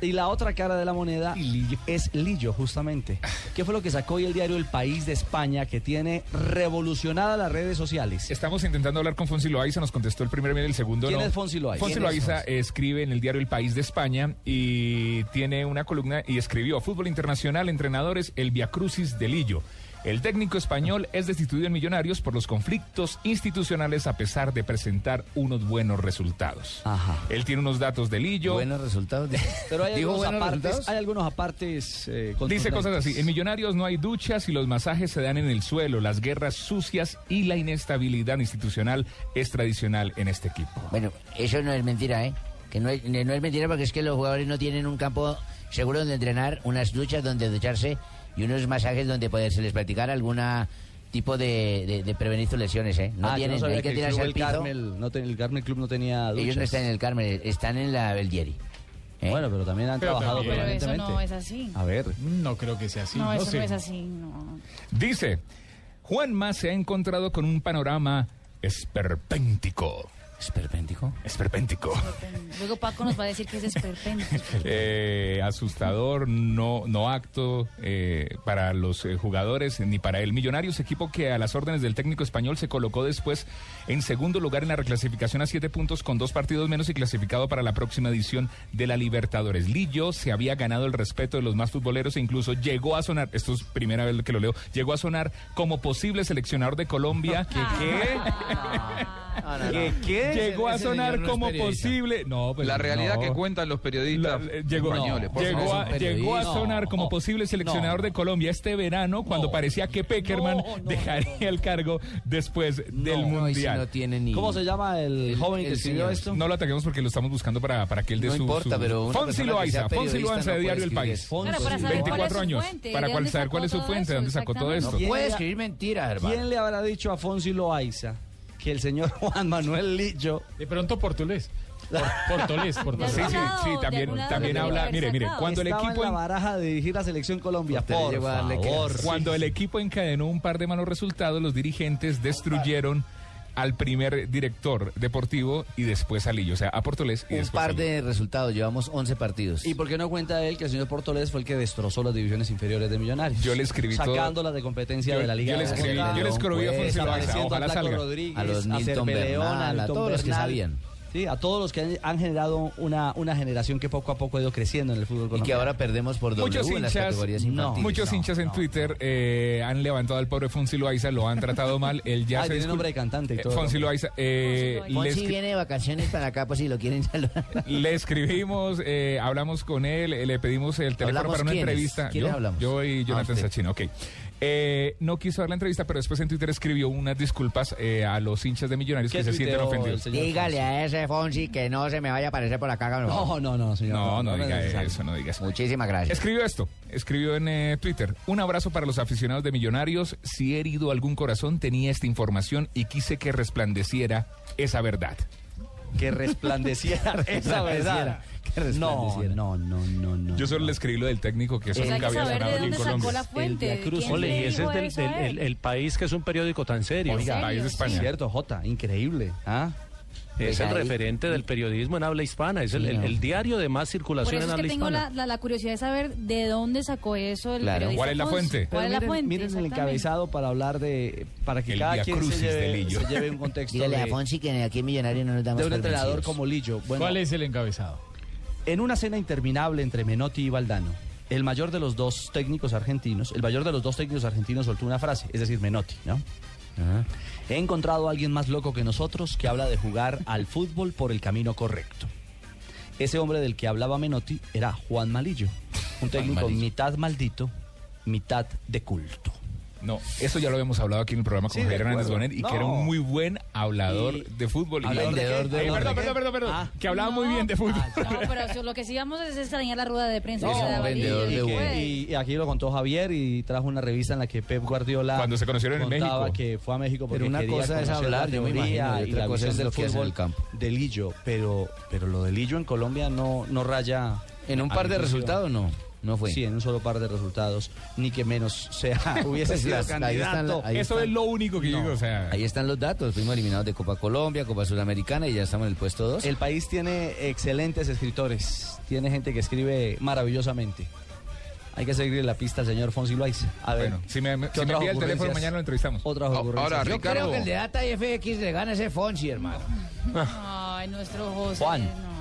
Y la otra cara de la moneda es Lillo, justamente. ¿Qué fue lo que sacó hoy el diario El País de España, que tiene revolucionadas las redes sociales? Estamos intentando hablar con Fonsi Loaiza, nos contestó el primer mail, el segundo ¿Quién no. es Fonsi Loaiza? Fonsi ¿Quién es Loaiza escribe en el diario El País de España y tiene una columna y escribió Fútbol Internacional, entrenadores, el viacrucis de Lillo. El técnico español es destituido en Millonarios por los conflictos institucionales a pesar de presentar unos buenos resultados. Ajá. Él tiene unos datos de Lillo. Buenos resultados. dice. Pero hay ¿Dijo algunos buenos apartes, resultados? hay algunos apartes eh, Dice cosas contundentes. así, en Millonarios no hay duchas y los masajes se dan en el suelo, las guerras sucias y la inestabilidad institucional es tradicional en este equipo. Bueno, eso no es mentira, ¿eh? Que no es, no es mentira porque es que los jugadores no tienen un campo seguro donde entrenar, unas duchas donde ducharse y unos masajes donde poderse les practicar alguna tipo de, de- de prevenir sus lesiones, ¿eh? No Ah, yo tienen, sabía hay que el club tirarse al del piso. Carmel, no ten- el Carmel Club no tenía duchas. Ellos no están en el Carmen, están en la Belgieri. ¿eh? Bueno, pero también han Pero trabajado también. Pero eso permanentemente. no es así. A ver, No creo que sea así. No, eso sé. no es así. No. Dice, Juanma se ha encontrado con un panorama esperpéntico. ¿Esperpéntico? Esperpéntico. Luego Paco nos va a decir que es esperpéntico. Eh, asustador, no, no acto eh, para los eh, jugadores ni para el Millonarios, equipo que a las órdenes del técnico español se colocó después en segundo lugar en la reclasificación a siete puntos con dos partidos menos y clasificado para la próxima edición de la Libertadores. Lillo se había ganado el respeto de los más futboleros e incluso llegó a sonar, esto es primera vez que lo leo, llegó a sonar como posible seleccionador de Colombia. Ah. ¿Qué? ¿Qué? Llegó a Ese señor sonar no es como periodista. posible. No, pues, La realidad no. que cuentan los periodistas La- eh, llegó, españoles. por llegó favor. a, llegó a No, sonar como no, posible seleccionador no, de Colombia este verano cuando parecía que Peckerman no, no, dejaría el cargo después del No, No, y si no Mundial. tiene ni... ¿cómo se llama el, El- joven que el escribió señor. esto? No lo ataquemos porque lo estamos buscando para, para que él dé No su, importa, su- pero una Fonsi persona que sea Loaiza, Fonsi periodista Loaiza no de Diario El puede País. escribir Claro, para saber 24 cuál es su años. fuente, para de cuál- dónde saber cuál es su sacó todo fuente, de dónde eso, sacó todo exactamente. esto. ¿Quién Puede le- escribir mentiras, hermano. ¿Quién le habrá dicho a Fonsi Loaiza que el señor Juan Manuel Lillo De pronto Portolés. Por- Portolés, Portolés. Sí, sí, lado, sí, de también, algún lado también lo habla. debe Mire, haber mire, sacado. cuando el estaba equipo en en- la baraja de dirigir la selección Colombia? Usted Por llegó a darle favor. clases. Cuando el equipo encadenó un par de malos resultados, los dirigentes destruyeron al primer director deportivo y después a Lillo, o sea, a Portolés y Un después a par Lillo. de resultados, llevamos 11 partidos. ¿Y por qué no cuenta él que el señor Portolés fue el que destrozó las divisiones inferiores de Millonarios? Yo le escribí todo. Sacándolas de competencia Yo- de la Liga yo le de escribí- Bogotá, yo le escribí a Fonsi pues, Loaiza, estableciendo ojalá a Flaco salga. Rodríguez, A los Nilton Cerveleón, Bernal, a Nilton todos los que Bernal. sabían. Sí, a todos los que han, han generado una, una generación que poco a poco ha ido creciendo en el fútbol Y colombiano. que ahora perdemos por W Muchos en las hinchas, categorías no, infantiles. Muchos No, hinchas en no. Twitter eh, han levantado al pobre Fonsi Loaiza, lo han tratado mal. Él ya Ah, se tiene discul- nombre de cantante y Eh, todo. Fonsi Loaiza. eh, Fonsi le, Fonsi escri- viene de vacaciones para acá, pues si lo quieren saludar. le escribimos, eh, hablamos con él, eh, le pedimos el teléfono ¿Hablamos para una quiénes? entrevista. ¿Quiénes yo, hablamos? yo y Ah, Jonathan usted. Sachin, ok. Eh, no quiso dar la entrevista, pero después en Twitter escribió unas disculpas eh, a los hinchas de Millonarios ¿Qué que se sienten tuiteó el ofendidos. señor Dígale Fonsi? a ese Fonsi que no se me vaya a aparecer por acá, cabrón. No, no, no, señor. No, no, es diga necesario. eso, no diga eso. Muchísimas gracias. Escribió esto, escribió en eh, Twitter. Un abrazo para los aficionados de Millonarios. Si he herido algún corazón, tenía esta información y quise que resplandeciera esa verdad. Que resplandeciera esa verdad. Que resplandeciera. No, no, no, no, no. Yo solo le escribí lo del técnico que eso Pues hay nunca que había saber sonado de aquí en dónde sacó la Colombia. fuente. Cruz. ¿Quién Ole, le Y ese dijo es del, eso a del- el, él? el país que es un periódico tan serio. Oiga, ¿En país de serio? España. Cierto, Jota, increíble. ¿ah? es Oiga, el Pues ahí- referente del periodismo en habla hispana. Es el, Sí, el- no. el diario de más Por circulación en eso es que habla tengo la, hispana. la, la curiosidad de saber de dónde sacó eso el Claro. periodista ¿Cuál es la Fonsi. fuente? ¿Cuál es la Pero miren- fuente? Miren el Exactamente. encabezado para hablar de. para que El cada Via quien se Crucis de lleve, Lillo. se lleve un contexto Dígale a de, Fonsi que aquí en Millonarios no nos damos de un por entrenador vencidos. como Lillo. Bueno, ¿Cuál es el encabezado? En una cena interminable entre Menotti y Valdano, el mayor de los dos técnicos argentinos, el mayor de los dos técnicos argentinos soltó una frase, es decir, Menotti, ¿no? He encontrado a alguien más loco que nosotros que habla de jugar al fútbol por el camino correcto. Ese hombre del que hablaba Menotti era Juan Malillo, un técnico mitad maldito, mitad de culto. No, eso ya lo habíamos hablado aquí en el programa con Sí, de Javier Hernández acuerdo. Bonet y que era No. un muy buen hablador Y- de fútbol. y- ¿Hablador de qué? Ay, ¿Hablador perdón, de perdón, qué? perdón, perdón. Ah. que hablaba muy No. bien de fútbol. No, pero eso- lo que sí vamos es extrañar la rueda de prensa. No, que se daba ahí, vendedor de que- humo. güey. Y, y aquí lo contó Javier y trajo una revista en la que Pep Guardiola Cuando se conocieron en contaba México. que fue a México porque Pero una quería cosa es conocer la hablar, yo me teoría imagino, y y otra la cosa visión es del lo que hace en fútbol el campo. de Lillo, pero pero lo de Lillo en Colombia no no raya En un par de al inicio. resultados no, no fue. Ah, Sí, en un solo par de resultados, ni que menos sea hubiese Pues sido las- ahí están candidato. la- ahí Eso están. es lo único que yo digo. O sea, Ahí están los datos, fuimos eliminados de Copa Colombia, Copa Sudamericana y ya estamos en el puesto 2. El país tiene excelentes escritores, tiene gente que escribe maravillosamente. Hay que seguir la pista al señor Fonsi Loaiza. A ver, Bueno, si me- me- ¿qué si me otras envía el teléfono, ocurrencias? mañana lo entrevistamos. Otras ocurrencias. ahora, Yo creo Ricardo. que el de Data y FX le gana ese Fonsi, hermano. Ay, nuestro José. Juan. no.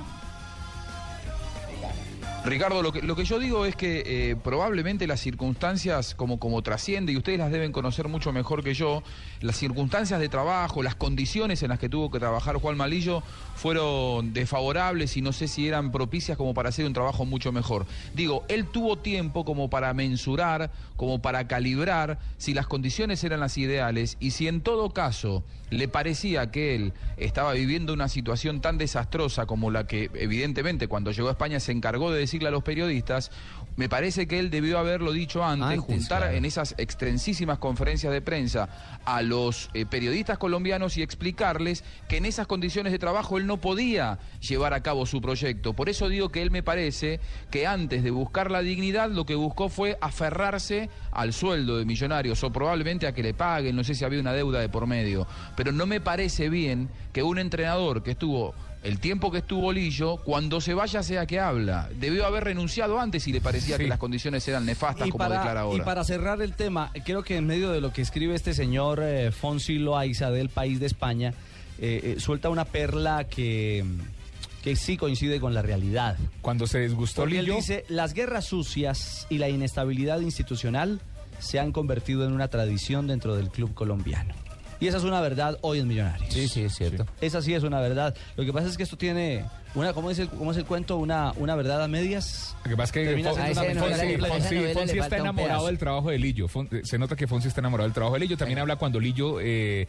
Ricardo, lo que, lo que yo digo es que eh, probablemente las circunstancias, como, como trasciende, y ustedes las deben conocer mucho mejor que yo, las circunstancias de trabajo, las condiciones en las que tuvo que trabajar Juan Malillo fueron desfavorables y no sé si eran propicias como para hacer un trabajo mucho mejor. Digo, él tuvo tiempo como para mensurar, como para calibrar si las condiciones eran las ideales y si en todo caso le parecía que él estaba viviendo una situación tan desastrosa como la que evidentemente cuando llegó a España se encargó de decirle a los periodistas, me parece que él debió haberlo dicho antes, Antes, juntar claro. en esas extensísimas conferencias de prensa a los eh, periodistas colombianos y explicarles que en esas condiciones de trabajo él no podía llevar a cabo su proyecto. Por eso digo que él me parece que antes de buscar la dignidad lo que buscó fue aferrarse al sueldo de millonarios o probablemente a que le paguen, no sé si había una deuda de por medio. Pero no me parece bien que un entrenador que estuvo el tiempo que estuvo Lillo, cuando se vaya sea que habla. Debió haber renunciado antes si le parecía que las condiciones eran nefastas, Y como declara para, y ahora. para cerrar el tema, creo que en medio de lo que escribe este señor eh, Fonsi Loaiza del país de España, eh, eh, suelta una perla que, que sí coincide con la realidad. Cuando se desgustó Porque él Lillo, dice, las guerras sucias y la inestabilidad institucional se han convertido en una tradición dentro del club colombiano. Y esa es una verdad hoy en Millonarios. Sí, sí, es cierto. Esa sí es una verdad. Lo que pasa es que esto tiene una, ¿cómo es el, cómo es el cuento? Una, una verdad a medias. Lo que pasa es que Termina Fon- siendo Fonsi- una novela Fonsi- que- a esa Fonsi- novela le Fonsi está falta un enamorado pedazo. del trabajo de Lillo. Fon- Se nota que Fonsi está enamorado del trabajo de Lillo. También habla cuando Lillo eh,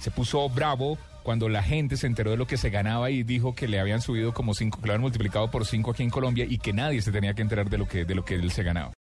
se puso bravo, cuando la gente se enteró de lo que se ganaba y dijo que le habían subido como cinco, que lo habían multiplicado por cinco aquí en Colombia y que nadie se tenía que enterar de lo que, de lo que él se ganaba.